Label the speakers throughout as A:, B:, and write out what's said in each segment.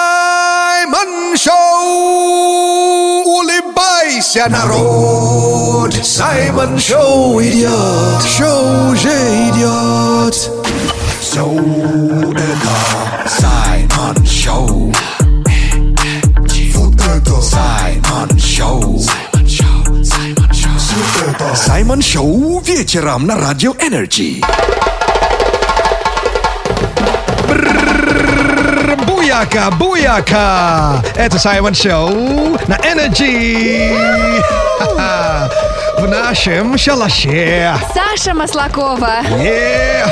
A: Саймон Шоу! Улыбайся, народ! Саймон Шоу идет! Шоу уже идет! So это Саймон Шоу! Вот это Саймон Шоу! Саймон Шоу вечером на Радио Энерджи.
B: Буяка, буяка! Это Саймон Шоу на Energy! В нашем шалаше!
C: Саша Маслакова.
B: Е!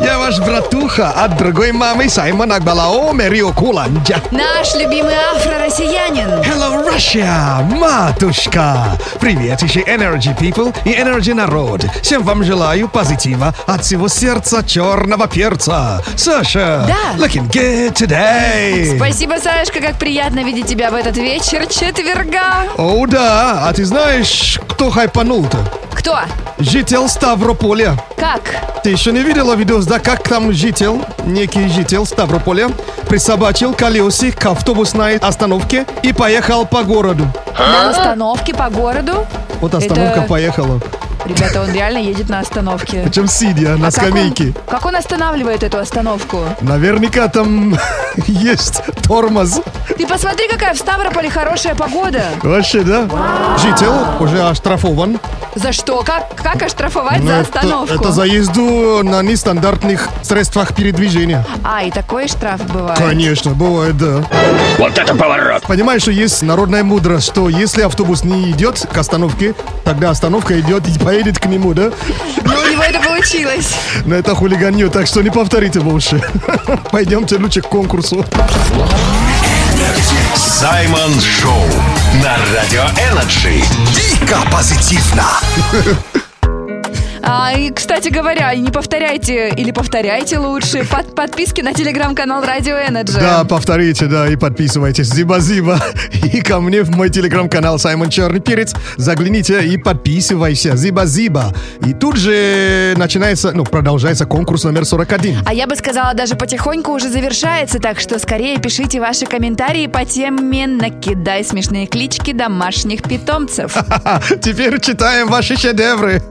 B: Я ваш братуха от другой мамы Саймон Акбалао Мерио Куланджа.
C: Наш любимый афро-россиянин.
B: Hello, Russia, матушка! Привет еще Energy People и Energy Народ. Всем вам желаю позитива от всего сердца черного перца. Саша,
C: Да.
B: looking good today.
C: Спасибо, Сашка, как приятно видеть тебя в этот вечер четверга.
B: О, да, а ты знаешь, кто хайпанул-то?
C: Кто?
B: Житель Ставрополя.
C: Как?
B: Ты еще не видела видос, да, как там житель, некий житель Ставрополя, присобачил колеса к автобусной остановке и поехал по городу.
C: На остановке по городу?
B: Вот остановка
C: Это-
B: поехала.
C: Ребята, он реально едет на остановке.
B: Причем сидя на
C: А Как он-
B: скамейке.
C: Как он, останавливает эту остановку?
B: Наверняка там есть тормоз.
C: Ты посмотри, какая в Ставрополе хорошая погода.
B: Вообще, да? Житель уже оштрафован.
C: За что? Как, как оштрафовать
B: Ну,
C: за
B: это-
C: остановку?
B: это за езду на нестандартных средствах передвижения.
C: А, и такой штраф бывает.
B: Конечно, бывает, да.
D: Вот это поворот!
B: Понимаешь, что есть народная мудрость, что если автобус не идет к остановке, тогда остановка идет и поедет к нему, да?
C: Но Ну, у него это получилось.
B: Но это хулиганье, так что не повторите больше. Пойдемте лучше к конкурсу.
D: Саймон Шоу на Радио Энерджи.
A: Дико позитивно!
C: А, и, кстати говоря, не повторяйте или повторяйте лучше под- подписки на телеграм-канал Радио Энерджи.
B: Да, повторите, да, и подписывайтесь. Зиба-зиба. И ко мне в мой телеграм-канал Саймон Черный Перец. Загляните и подписывайся. Зиба-зиба. И тут же начинается, ну, продолжается конкурс номер 41.
C: А я бы сказала, даже потихоньку уже завершается, так что скорее пишите ваши комментарии по теме «Накидай смешные клички домашних питомцев».
B: Ха-ха, Теперь читаем ваши шедевры.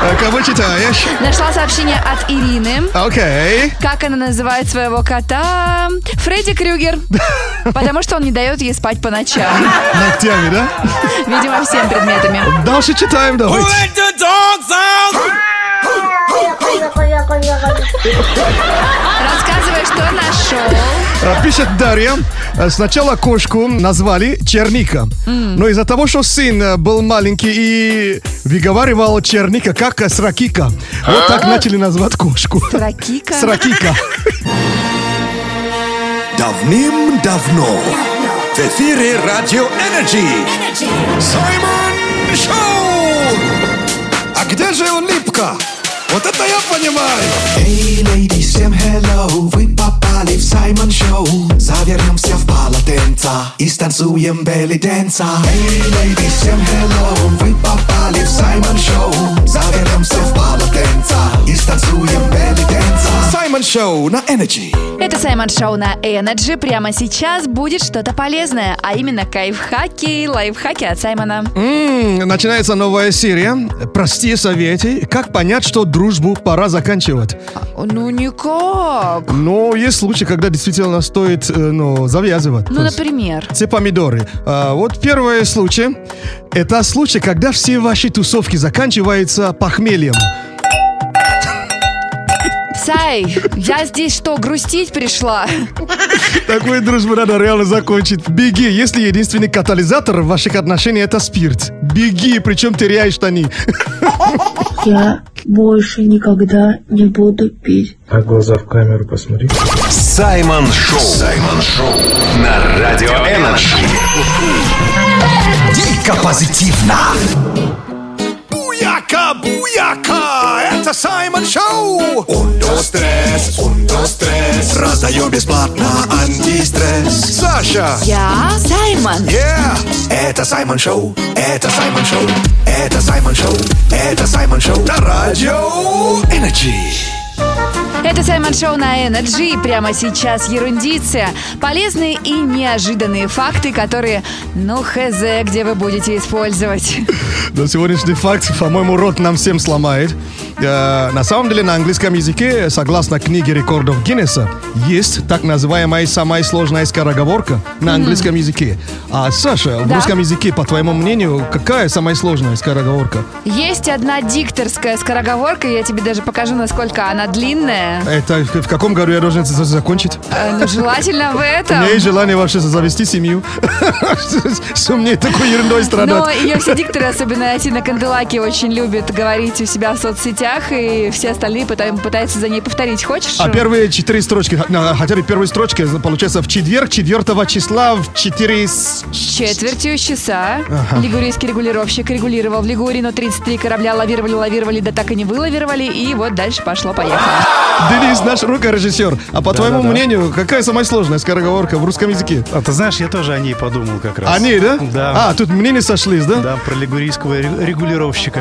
B: А Кого читаешь?
C: Нашла сообщение от Ирины.
B: Окей.
C: Как она называет своего кота? Фредди Крюгер. Потому что он не дает ей спать по ночам.
B: Ногтями, да?
C: Видимо, всем предметами.
B: Дальше читаем, давайте.
C: Рассказывай, что нашел.
B: А, Пишет Дарья. а, Сначала кошку назвали Черника. Но из-за того, что сын а, был маленький и выговаривал Черника как а, Сракика. Вот
A: А?
B: так начали назвать кошку.
C: Сракика?
B: Сракика.
A: Давным-давно в эфире Радио Энерджи Саймон Шоу! А где же улыбка? Вот это я понимаю!
E: Эй, леди, всем hello Вы попали в Саймон Шоу Завернемся в полотенца И станцуем белли денса Эй, леди, всем hello Вы попали в Саймон Шоу Завернемся в полотенца И станцуем белли денса
A: Саймон Шоу на Энерджи
C: Это Саймон Шоу на Energy. Прямо сейчас будет что-то полезное, а именно кайфхаки, лайфхаки от Саймона.
B: М, Начинается новая серия. Прости советы. Как понять, что дружбу пора заканчивать?
C: Ну никак.
B: Но есть случаи, когда действительно стоит э, ну, завязывать.
C: Ну,
B: То есть-
C: например.
B: Все помидоры. А, вот первый случай. Это случай, когда все ваши тусовки заканчиваются похмельем.
C: Сай, я здесь что, грустить пришла?
B: Такую дружбу надо реально закончить. Беги, если единственный катализатор ваших отношений это спирт. Беги, причем теряешь штаны.
F: Я больше никогда не буду пить.
G: А глаза в камеру посмотри.
D: Саймон Шоу. Саймон Шоу на Радио Энерджи.
A: Дико позитивно! Буяка, буяка! Это Саймон Шоу! Ундо стресс, ундо стресс Разогреваем
E: Даю бесплатно антистресс
A: Саша!
C: Я Саймон.
A: Yeah!
E: Это Саймон Шоу, это Саймон Шоу, это Саймон Шоу, это Саймон Шоу на радио Energy.
C: Это Саймон Шоу на Energy. И Прямо сейчас ерундиция. Полезные и неожиданные факты, которые, ну, хз, где вы будете использовать.
B: Но сегодняшний факт, по-моему, рот нам всем сломает. Э, на самом деле, на английском языке, согласно книге рекордов Гиннесса, есть так называемая самая сложная скороговорка на английском языке. А, Саша, в
C: Да.
B: русском языке, по твоему мнению, какая самая сложная скороговорка?
C: Есть одна дикторская скороговорка, я тебе даже покажу, насколько она длинная.
B: Это в в каком году я должен это за- закончить?
C: Э, ну, желательно в
B: У
C: этом.
B: меня есть желание вообще завести семью. Что мне такой ерундой
C: Но
B: страдать?
C: ее все дикторы, особенно Атина Канделаки, очень любят говорить у себя в соцсетях, и все остальные пыта- пытаются за ней повторить. Хочешь?
B: А первые четыре строчки, х- на- хотя бы первые строчки, получается, в четверг, 4 числа, в 4 с-
C: Четвертью часа лигурийский регулировщик регулировал в Лигурии, но 33 корабля лавировали, лавировали, да так и не вылавировали, и вот дальше пошло-поехало.
B: Денис, наш рукорежиссер. А по твоему
H: да.
B: мнению, какая самая сложная скороговорка в русском языке?
H: А ты знаешь, я тоже о ней подумал как раз.
B: Они, да?
H: Да.
B: А, тут мнения сошлись, да?
H: Да, про лигурийского ре- регулировщика.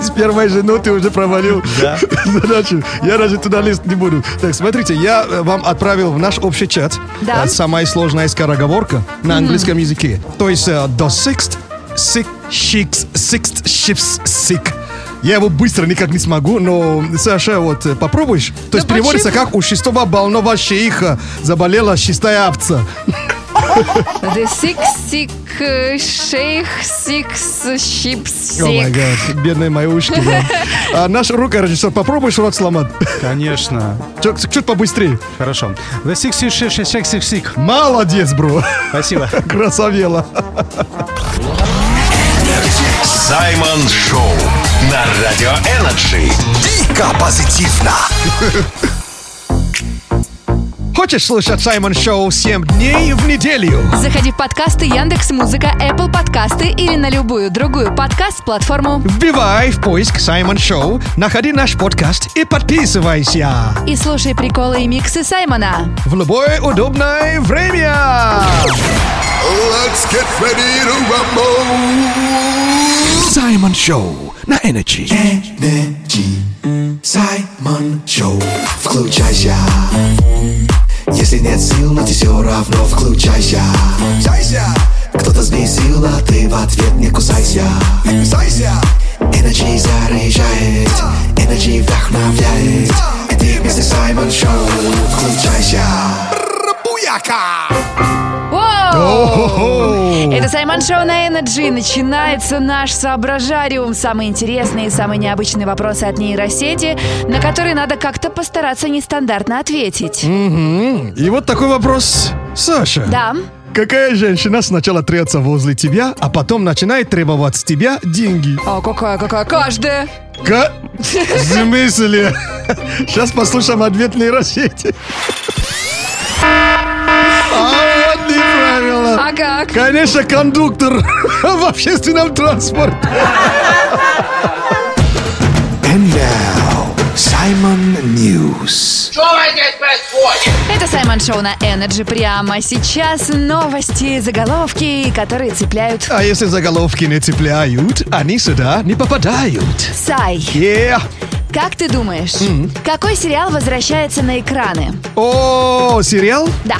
B: С первой же ноты уже провалил.
H: Да.
B: Задачу. Я даже туда лезть не буду. Так, смотрите, я э, вам отправил в наш общий чат
C: Да.
B: э, самая сложная скороговорка на английском языке. То есть э, the sixth, six, six, sixth ships sick. Я его быстро никак не смогу, но, Саша, вот э, попробуешь? То есть переводится как у шестого больного шейха заболела шестая овца.
C: The six, six, э, shake, six, ships,
B: О май
C: sick.
B: гад, бедные мои ушки. да. А наш рукорежиссер, попробуешь рот сломать?
H: Конечно.
B: Чуть побыстрее.
H: Хорошо. The six, six, six, six, six, six, six.
B: Молодец, бро.
H: Спасибо.
B: Красавела.
D: Саймон Шоу на Радио Энерджи.
E: Дико позитивно.
B: Хочешь слушать Саймон Шоу 7 дней в неделю?
C: Заходи в подкасты Яндекс Музыка, Apple подкасты или на любую другую подкаст-платформу
B: Вбивай в поиск Саймон Шоу, находи наш подкаст и подписывайся
C: и слушай приколы и миксы Саймона.
B: в любое удобное время.
A: Let's get ready to rumble!
E: Саймон Шоу на Energy. Energy. Саймон Шоу. Включайся. Если нет сил, но ты все равно включайся. Включайся. Кто-то сбесил, а ты в ответ не кусайся. Не кусайся. Energy заряжает. Energy вдохновляет. И ты вместе с Саймон Шоу. Включайся.
C: Воу! Это Саймон Шоу на Energy. Начинается наш соображариум. Самые интересные и самые необычные вопросы от нейросети, на которые надо как-то постараться нестандартно ответить.
B: И вот такой вопрос, Саша.
C: Да.
B: Какая женщина сначала трется возле тебя, а потом начинает требовать с тебя деньги?
C: А какая, какая? Каждая.
B: К... В смысле? Сейчас послушаем ответ нейросети. А вот неправильно.
C: А как?
B: Конечно, кондуктор в общественном транспорте.
E: And now, Simon News.
C: Это Саймон Шоу на Energy. Прямо сейчас новости, заголовки, которые цепляют
B: А если заголовки не цепляют, они сюда не попадают.
C: Сай.
B: Yeah.
C: Как ты думаешь, какой сериал возвращается на экраны?
B: О, сериал?
C: Да.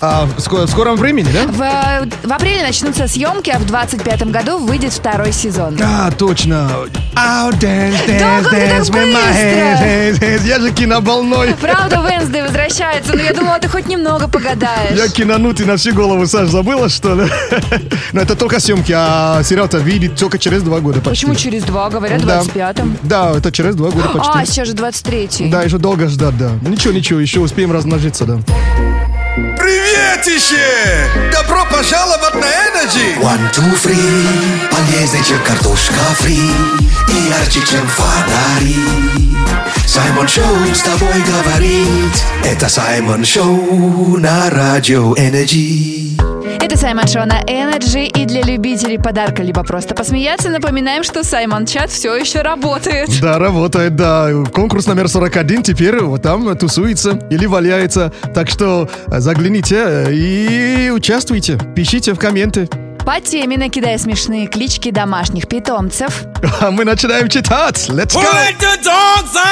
B: А, в, ско- в скором времени, да?
C: В, в апреле начнутся съемки, а в 25 году выйдет второй сезон.
B: Да, точно. I'll dance,
C: Долго ты так
B: hands, hands. Я же киноболной.
C: Правда, Венсдей возвращается, но я думала, ты хоть немного погадаешь.
B: Я кинанутый на всю голову, Саш, забыла, что ли? Но это только съемки, а сериал-то выйдет только через два года почти.
C: Почему через два, говорят, в
B: Да.
C: 25-м?
B: Да, это через два года почти.
C: А, сейчас же 23-й.
B: Да, еще долго ждать, да. Ну, Ничего, ничего, еще успеем размножиться, да.
A: Приветище! Добро пожаловать на Energy!
E: One, two, three. Полезнее, чем картошка фри. И ярче, чем фонари. Саймон Шоу с тобой говорит. Это Саймон Шоу на радио Energy.
C: Это Это Саймон Шоу на Energy. И для любителей подарка либо просто посмеяться, напоминаем, что Саймон Чат все еще работает.
B: Да, работает, да. Конкурс номер 41 теперь вот там тусуется или валяется. Так что э, загляните э, и участвуйте. Пишите в комменты.
C: По теме накидай смешные клички домашних питомцев.
B: А мы начинаем читать. Let's go!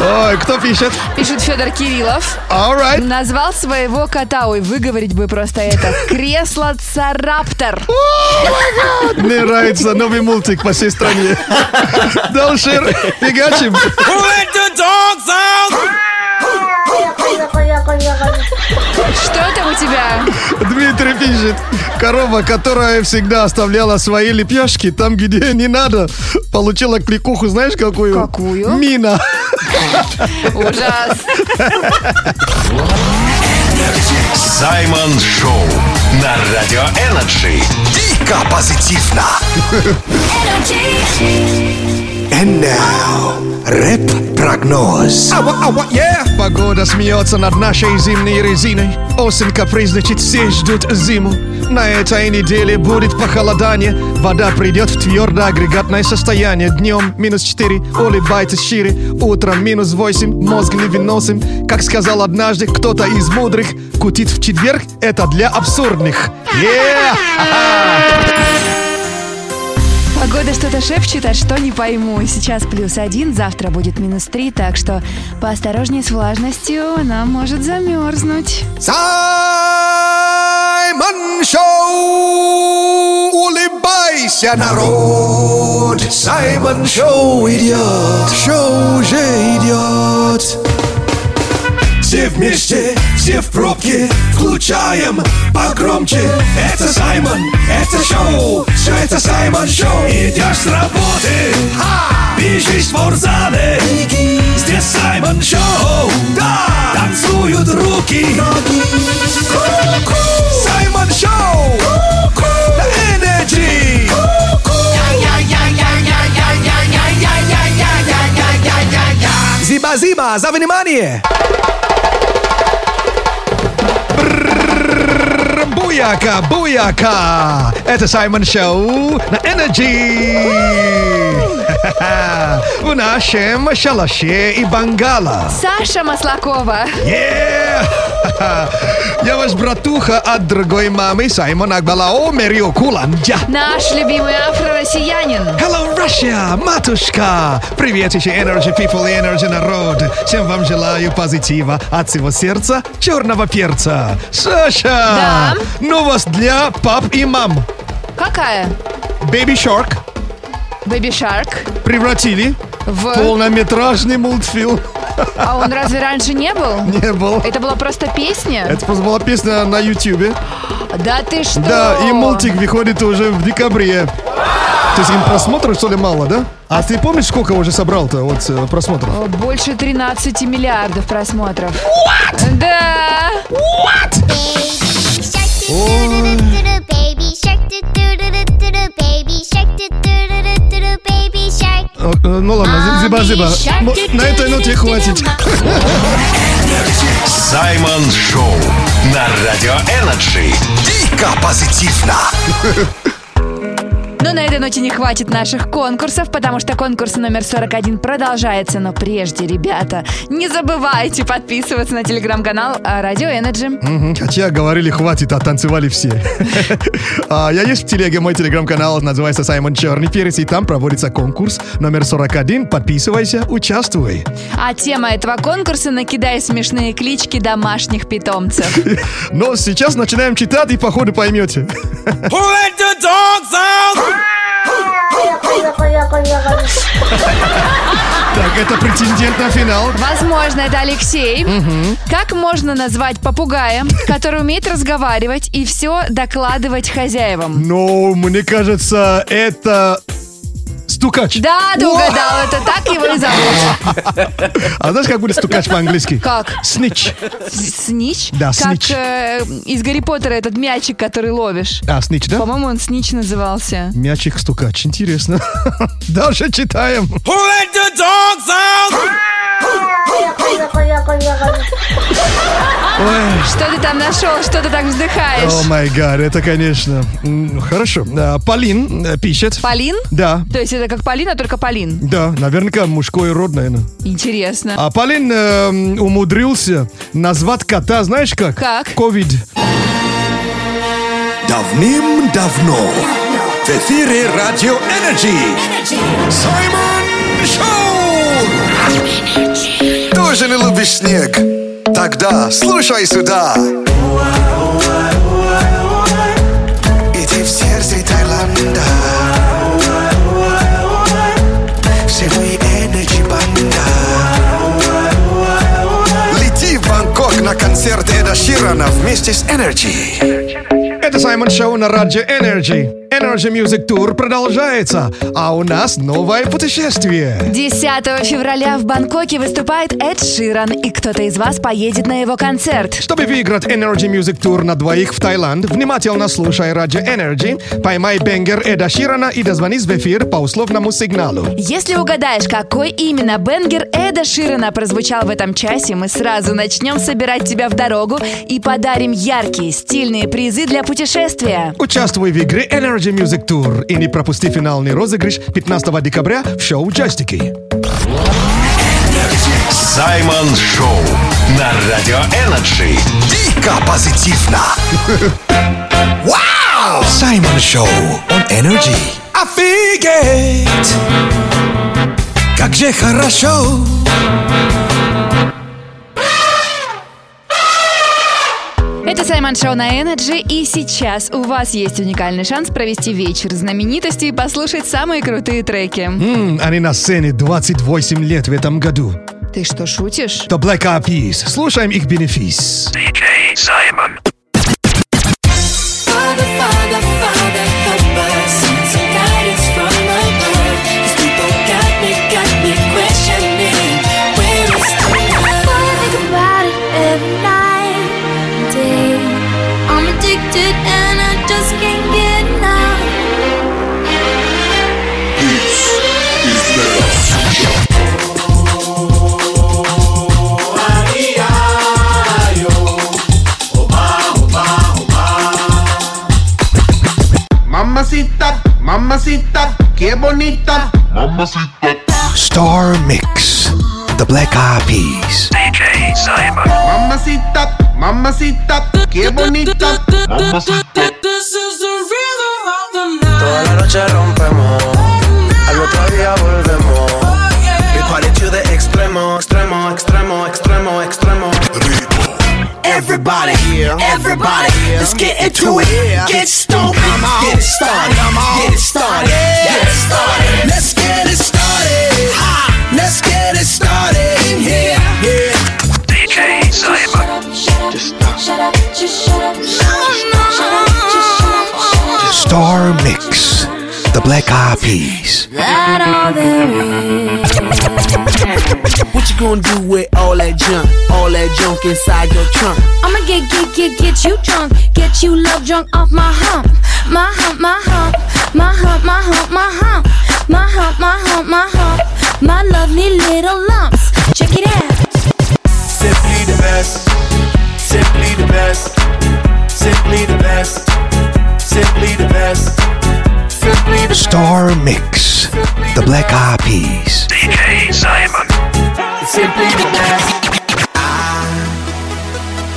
B: Ой, кто пишет?
C: Пишет Федор Кириллов.
B: Alright.
C: Назвал своего кота, ой, выговорить бы просто это, кресло Цараптор.
B: Мне нравится новый мультик по всей стране. Далшер, фигачим.
C: Что там у тебя?
B: Дмитрий пишет. Корова, которая всегда оставляла свои лепешки там, где не надо, получила кликуху, знаешь, какую?
C: Какую?
B: Мина.
C: Ужас.
D: Саймон Шоу на Радио Энерджи.
E: Дико позитивно. And now, рэп-прогноз.
B: Погода смеется над нашей зимней резиной. Осень капризничает, все ждут зиму. На этой неделе будет похолодание. Вода придет в твердое агрегатное состояние. Днем минус 4, улыбайтесь шире. Утром минус 8, мозг не выносим. Как сказал однажды кто-то из мудрых, кутить в четверг – это для абсурдных. Yeah!
C: Погода что-то шепчет, а что не пойму. Сейчас плюс один, завтра будет минус три, так что поосторожнее с влажностью, она может замерзнуть.
A: Саймон Шоу! Улыбайся, народ! Саймон Шоу идет! Шоу уже идет! Все вместе, все в пробке, включаем погромче. Это Саймон, это шоу, все это Саймон Шоу. Идешь с работы, бежишь в спортзале. Здесь Саймон Шоу, да, танцуют руки. Ку-ку. Саймон Шоу, на Energy. Зиба-зиба, за внимание!
B: Буяка, буяка! Это Саймон Шоу на Energy! В нашем шалаше и бангала.
C: Саша Маслакова.
B: Yeah! Я ваш братуха от другой мамы Саймон Акбалао Мерио Куланджа.
C: Наш любимый афро-россиянин.
B: Hello, Russia, матушка! Привет еще Energy People и Energy народ! Всем вам желаю позитива от всего сердца черного перца. Саша!
C: Да?
B: Новость для пап и мам.
C: Какая?
B: Baby Shark
C: Бэби Шарк.
B: превратили в
C: В...
B: полнометражный мультфильм.
C: А он разве раньше не был?
B: Не было.
C: Это была просто песня?
B: Это просто была песня на Ютубе.
C: Да ты что?
B: Да, и мультик выходит уже в декабре. То есть им просмотров, что ли, мало, да? А ты помнишь, сколько уже собрал-то вот э, просмотров?
C: О, Больше 13 миллиардов просмотров. Да.
B: Э, э, Ну ладно, зиба-зиба. М- На этой ноте хватит.
D: Саймон Шоу на Радио Энерджи.
E: Дико позитивно.
C: Но на этой ноте не хватит наших конкурсов, потому что конкурс номер 41 продолжается. Но прежде, ребята, не забывайте подписываться на телеграм-канал а, Радио Energy.
B: Мгм, Хотя говорили, хватит, а танцевали все. А, Я есть в телеге, мой телеграм-канал называется Саймон Черный Перец, и там проводится конкурс номер 41. Подписывайся, участвуй.
C: А тема этого конкурса «Накидай смешные клички домашних питомцев».
B: Но сейчас начинаем читать, и походу поймете. Так, это претендент на финал.
C: Возможно, это Алексей. Как можно назвать попугая, который умеет разговаривать и все докладывать хозяевам?
B: Но Ну, мне кажется, это стукач.
C: Да, ты угадал, это так его и зовут.
B: А знаешь, как будет стукач по-английски?
C: Как?
B: Снич.
C: С- Снич?
B: Да,
C: как,
B: снич.
C: э, из Гарри Поттера этот мячик, который ловишь.
B: А, снич, да?
C: По-моему, он Снич назывался.
B: Мячик стукач, интересно. Дальше читаем.
C: Что ты там нашел? Что ты так
B: О
C: вздыхаешь?
B: май гад, это, конечно... м, Хорошо. А, Полин э, пишет.
C: Полин?
B: Да,
C: То есть это как Полина, только Полин.
B: да, наверняка мужской род, наверное.
C: Интересно.
B: А Полин эм, умудрился назвать кота, знаешь как?
C: Как?
B: Ковид.
A: Давным-давно в эфире Радио Энерджи Саймон Шоу! Тоже не любишь снег? Тогда слушай сюда!
E: Иди в сердце Таиланда Все мы Energy Banda
A: Лети в Бангкок на концерт Эда Ширана вместе с Энерджи.
B: Это Саймон Шоу на Радио Energy. Energy Music Tour продолжается, а у нас новое путешествие.
C: 10 февраля в Бангкоке выступает Эд Ширан, и кто-то из вас поедет на его концерт.
B: Чтобы выиграть Energy Music Tour на двоих в Таиланд, внимательно слушай Радио Energy, поймай бенгер Эда Ширана и дозвонись в эфир по условному сигналу.
C: Если угадаешь, какой именно бенгер Эда Ширана прозвучал в этом часе, мы сразу начнем собирать тебя в дорогу и подарим яркие, стильные призы для путешествия.
B: Участвуй в игре Energy Music Tour и не пропусти финальный розыгрыш 15 декабря в шоу «Джастики».
D: Саймон Шоу на Радио Энерджи.
A: дико позитивно. Вау! Саймон Шоу он Energy. Офигеть! Как же хорошо!
C: Это Саймон Шоу на Энерджи, и сейчас у вас есть уникальный шанс провести вечер знаменитостей и послушать самые крутые треки.
B: М, они на сцене 28 лет в этом году.
C: Ты что, шутишь?
B: The Black Eyed Peas. Слушаем их бенефис.
I: I'm addicted and I just can't get enough.
E: Мамасита, мамасита, que bonita
A: Star Mix. The Black Eyed Peas.
E: Мамасита, мамасита, que bonita
I: Toda la noche rompemos, al otro día volvemos. We party to the extremo, extremo, extremo, extremo, extremo.
E: Everybody, everybody, let's get into it. Get stoned, get it started, get it started, get it started. Let's get it started. Ha! Let's get it started in here. Yeah.
A: Star Mix. The Black Eyed Peas.
E: What you gonna do with all that junk? All that junk inside your trunk?
I: I'ma get, get, get, get you drunk. Get you love drunk off my hump. My hump, my hump. My hump, my hump, my hump. My hump, my hump, my hump. My lovely little lumps. Check it out.
E: Simply the best. Simply the best. Simply the best. Simply the best. Simply the
A: Star Mix. The Black Eyed Peas.
E: Simply the best. I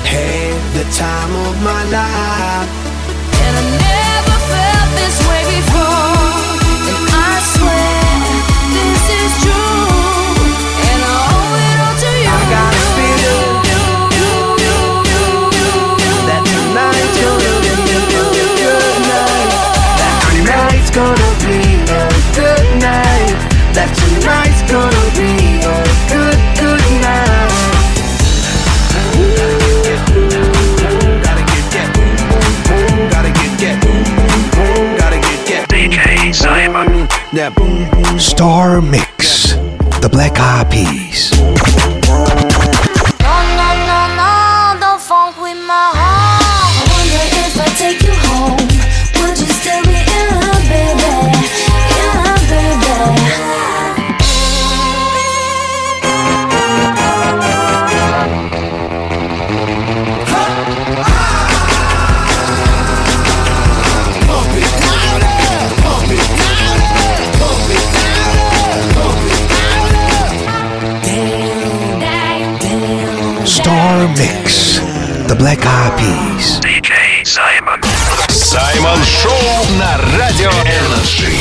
E: had the time of my life.
I: And I never felt this way before. And I swear this is true. And I owe it all to you.
E: I got a feeling that tonight's gonna be a good night. That tonight's gonna be a good night. That tonight's gonna be a good, good night. Gotta get that boom, boom, boom. Gotta get that boom, boom, boom. Gotta get that DJ Simon. That boom, boom.
A: Star Mix. The Black Eyed Peas.
I: No, Oh, no, no, no, don't funk with my heart. I wonder if I take you home, would you still be in love, baby? In love, baby.
D: The Black Eyed Peas. DJ Саймон. Саймон Шоу на Радио Энерджи.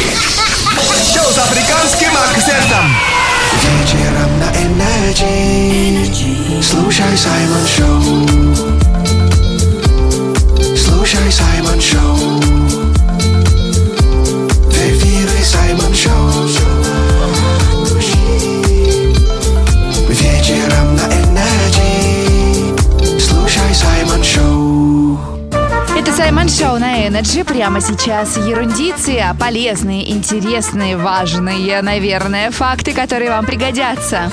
E: Шоу с африканским акцентом. Вечером на Energy. Слушай Саймон Шоу. Слушай Саймон Шоу. В эфире Саймон Шоу. Вечером на Energy. Слушай Саймон Шоу.
C: Это Саймон Шоу на Energy. Прямо сейчас ерундицы, а полезные, интересные, важные, наверное, факты, которые вам пригодятся.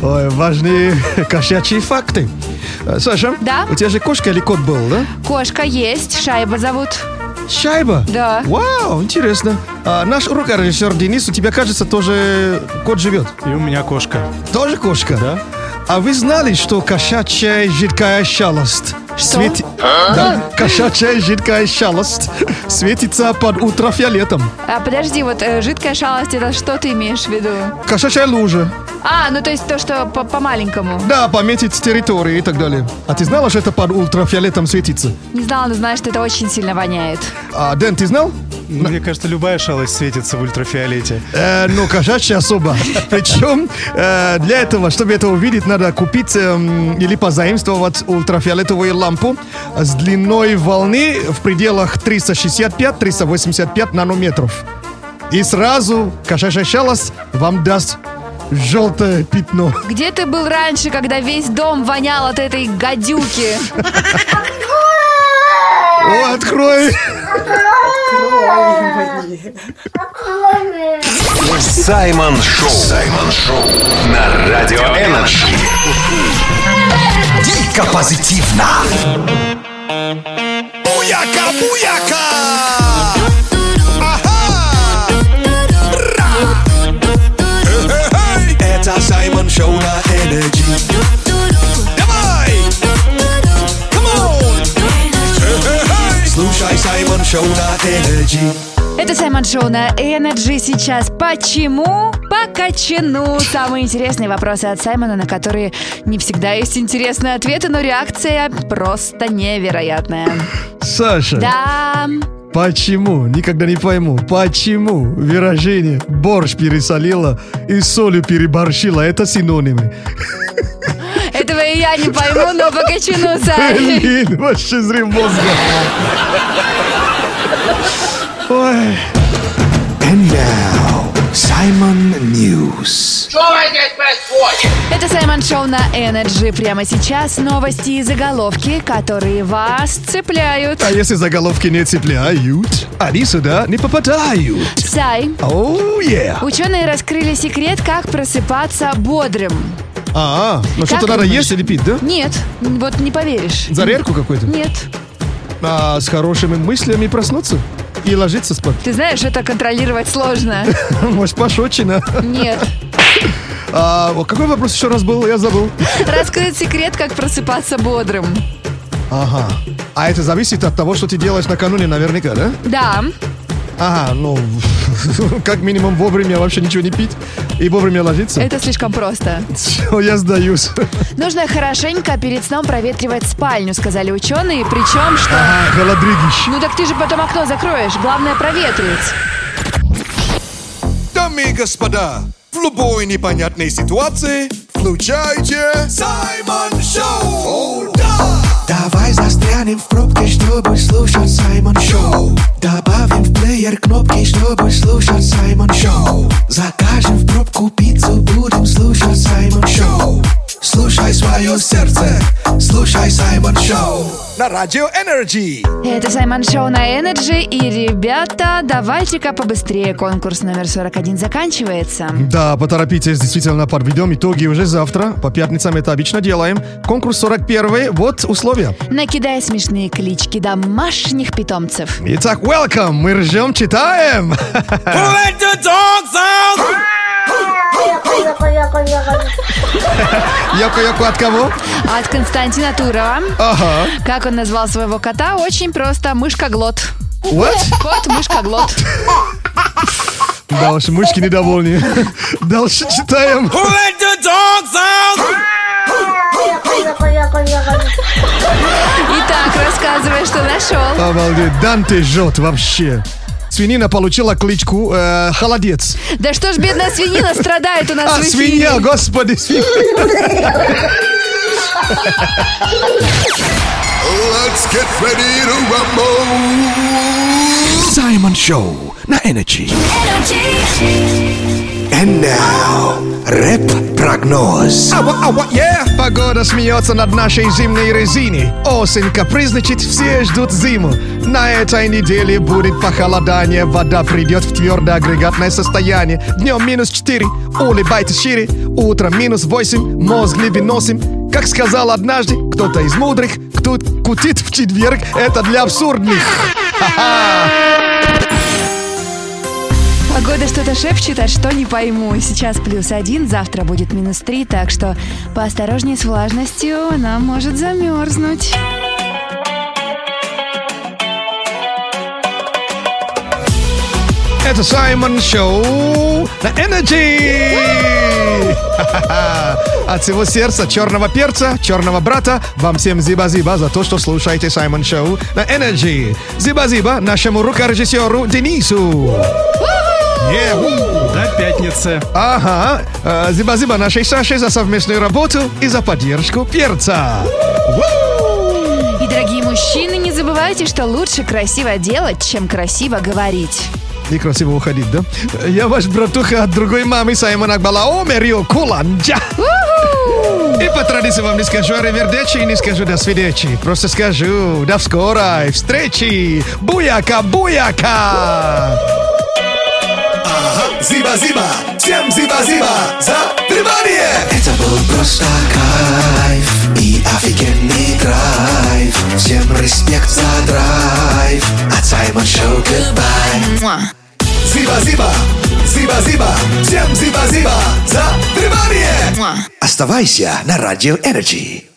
B: Ой, важные кошачьи факты. Э, Саша,
C: Да?
B: у тебя же кошка или кот был, да?
C: Кошка есть, шайба зовут.
B: Шайба?
C: Да.
B: Вау, интересно. А наш рукорежиссер Денис, у тебя, кажется, тоже кот живет.
H: И у меня кошка.
B: Тоже кошка?
H: Да.
B: А вы знали, что кошачья жидкая шалость?
C: Что?
B: Да, кошачья жидкая шалость светится под ультрафиолетом.
C: А подожди, вот э, жидкая шалость, это что ты имеешь в виду?
B: Кошачья лужа.
C: А, ну то есть то, что по- по-маленькому.
B: Да, пометить территории и так далее. А ты знала, что это под ультрафиолетом светится?
C: Не знала, но знаю, что это очень сильно воняет.
B: А, Дэн, ты знал?
H: Ну, мне кажется, любая шалость светится в ультрафиолете.
B: Э, ну, кошачья особо. Причем э, для этого, чтобы это увидеть, надо купить эм, или позаимствовать ультрафиолетовую лампу с длиной волны в пределах 365-385 нанометров. И сразу кошачья шалость вам даст желтое пятно.
C: Где ты был раньше, когда весь дом вонял от этой гадюки?
B: О, открой!
D: Саймон Шоу. Саймон Шоу на Радио Энерджи.
E: Дико позитивно.
A: Буяка, буяка! Ага! Эй, эй, эй!
E: Это Саймон Шоу на Energy.
A: Давай! Come on! Эй, эй, эй!
E: Слушай Саймон Шоу на Energy.
C: Это Саймон Шоу на Energy сейчас. Почему? По качану. Самые интересные вопросы от Саймона, на которые не всегда есть интересные ответы, но реакция просто невероятная.
B: Саша,
C: Да,
B: почему? Никогда не пойму. Почему Виражине борщ пересолила и солью переборщила? Это синонимы.
C: этого и я не пойму, но по качану, Сай.
B: Блин, вообще зря мозга. Ой.
E: And now, Саймон News.
C: Это Саймон Шоу на Energy. Прямо сейчас новости и заголовки, которые вас цепляют.
B: А если заголовки не цепляют, они сюда не попадают.
C: Сай,
B: Оу, е.
C: ученые раскрыли секрет, как просыпаться бодрым.
B: А, ну что-то
C: Как
B: надо
C: думаешь?
B: есть или пить, да?
C: Нет, вот не поверишь.
B: Зарядку какую-то?
C: Нет.
B: А, с хорошими мыслями проснуться? И ложиться спать?
C: Ты знаешь, это контролировать сложно.
B: Может, пошочина?
C: Нет.
B: А, вот какой вопрос еще раз был? Я забыл.
C: Раскрыт секрет, как просыпаться бодрым.
B: Ага. А это зависит от того, что ты делаешь накануне, наверняка, да?
C: Да.
B: Ага, ну, как минимум вовремя вообще ничего не пить и вовремя ложиться.
C: Это слишком просто.
B: Всё, я сдаюсь.
C: Нужно хорошенько перед сном проветривать спальню, сказали ученые. Причем, что...
B: Ага, А, холодрыгищ.
C: Ну так ты же потом окно закроешь. Главное проветрить.
A: Дамы и господа, в любой непонятной ситуации включайте Саймон Шоу! О, да!
E: Давай застрянем в пробке, чтобы слушать Саймон Шоу. Добавим в плеер кнопки, чтобы слушать Саймон Шоу. Закажем в пробку пиццу, будем слушать Саймон Шоу. Слушай свое сердце, слушай Саймон Шоу.
A: На Радио Энерджи!
C: Это Саймон Шоу на Energy. И, ребята, давайте-ка побыстрее. Конкурс номер 41 заканчивается.
B: Да, поторопитесь, действительно, подведем итоги уже завтра. По пятницам это обычно делаем. Конкурс 41, вот условия.
C: Накидай смешные клички домашних питомцев.
B: Итак, welcome, мы ржем, читаем. Йоко-йоко от кого?
C: От Константина Турова.
B: Ага.
C: Как он назвал своего кота? Очень просто. Мышка-глот.
B: What?
C: Кот, мышка-глот.
B: Да уж, мышки недовольны. Дальше читаем.
A: Who let the dogs out?
C: Итак, рассказывай, что нашел.
B: Обалдеть, Данте жжет вообще. Свинина получила кличку э, Холодец.
C: Да что ж, бедная свинина страдает у нас
B: А,
C: в эфире.
B: свинья, господи, свинья.
A: Let's get ready to rumble.
E: Саймон Шоу на Energy. And now, рэп-прогноз.
A: Awa, awa, yeah.
B: Погода смеется над нашей зимней резиной. Осень капризничает, все ждут зиму. На этой неделе будет похолодание, вода придет в твердое агрегатное состояние. Днем минус 4, улыбайтесь шире, утром минус 8, мозг не выносим. Как сказал однажды кто-то из мудрых, кто кутит в четверг, это для абсурдных.
C: Погода что-то шепчет, а что не пойму. Сейчас плюс один, завтра будет минус три, так что поосторожнее с влажностью, она может замерзнуть.
B: Это Саймон Шоу на Energy! Ха-ха-ха. От всего сердца черного перца, черного брата, вам всем зиба-зиба за то, что слушаете Саймон Шоу на Energy. Зиба-зиба нашему рукорежиссеру Денису. Е, у.
H: До пятницы.
B: Ага, Э, зиба-зиба нашей Саше за совместную работу и за поддержку перца.
C: И, дорогие мужчины, не забывайте, что лучше красиво делать, чем красиво говорить.
B: И красиво уходить, да? Я ваш братуха от другой мамы Саймона Акбалао, Мерио Куланджа. И по традиции вам не скажу аривердечи и не скажу до свидечи. Просто скажу до скорой встречи. Буяка, буяка!
A: Ага, зиба, зиба. Всем зиба, зиба. За внимание.
E: Это был просто кайф и офигенный драйв. Всем респект за драйв. А От Саймон Шоу goodbye.
A: Зиба, зиба. Зиба, зиба. Всем зиба, зиба. За внимание.
E: Оставайся на Радио Energy.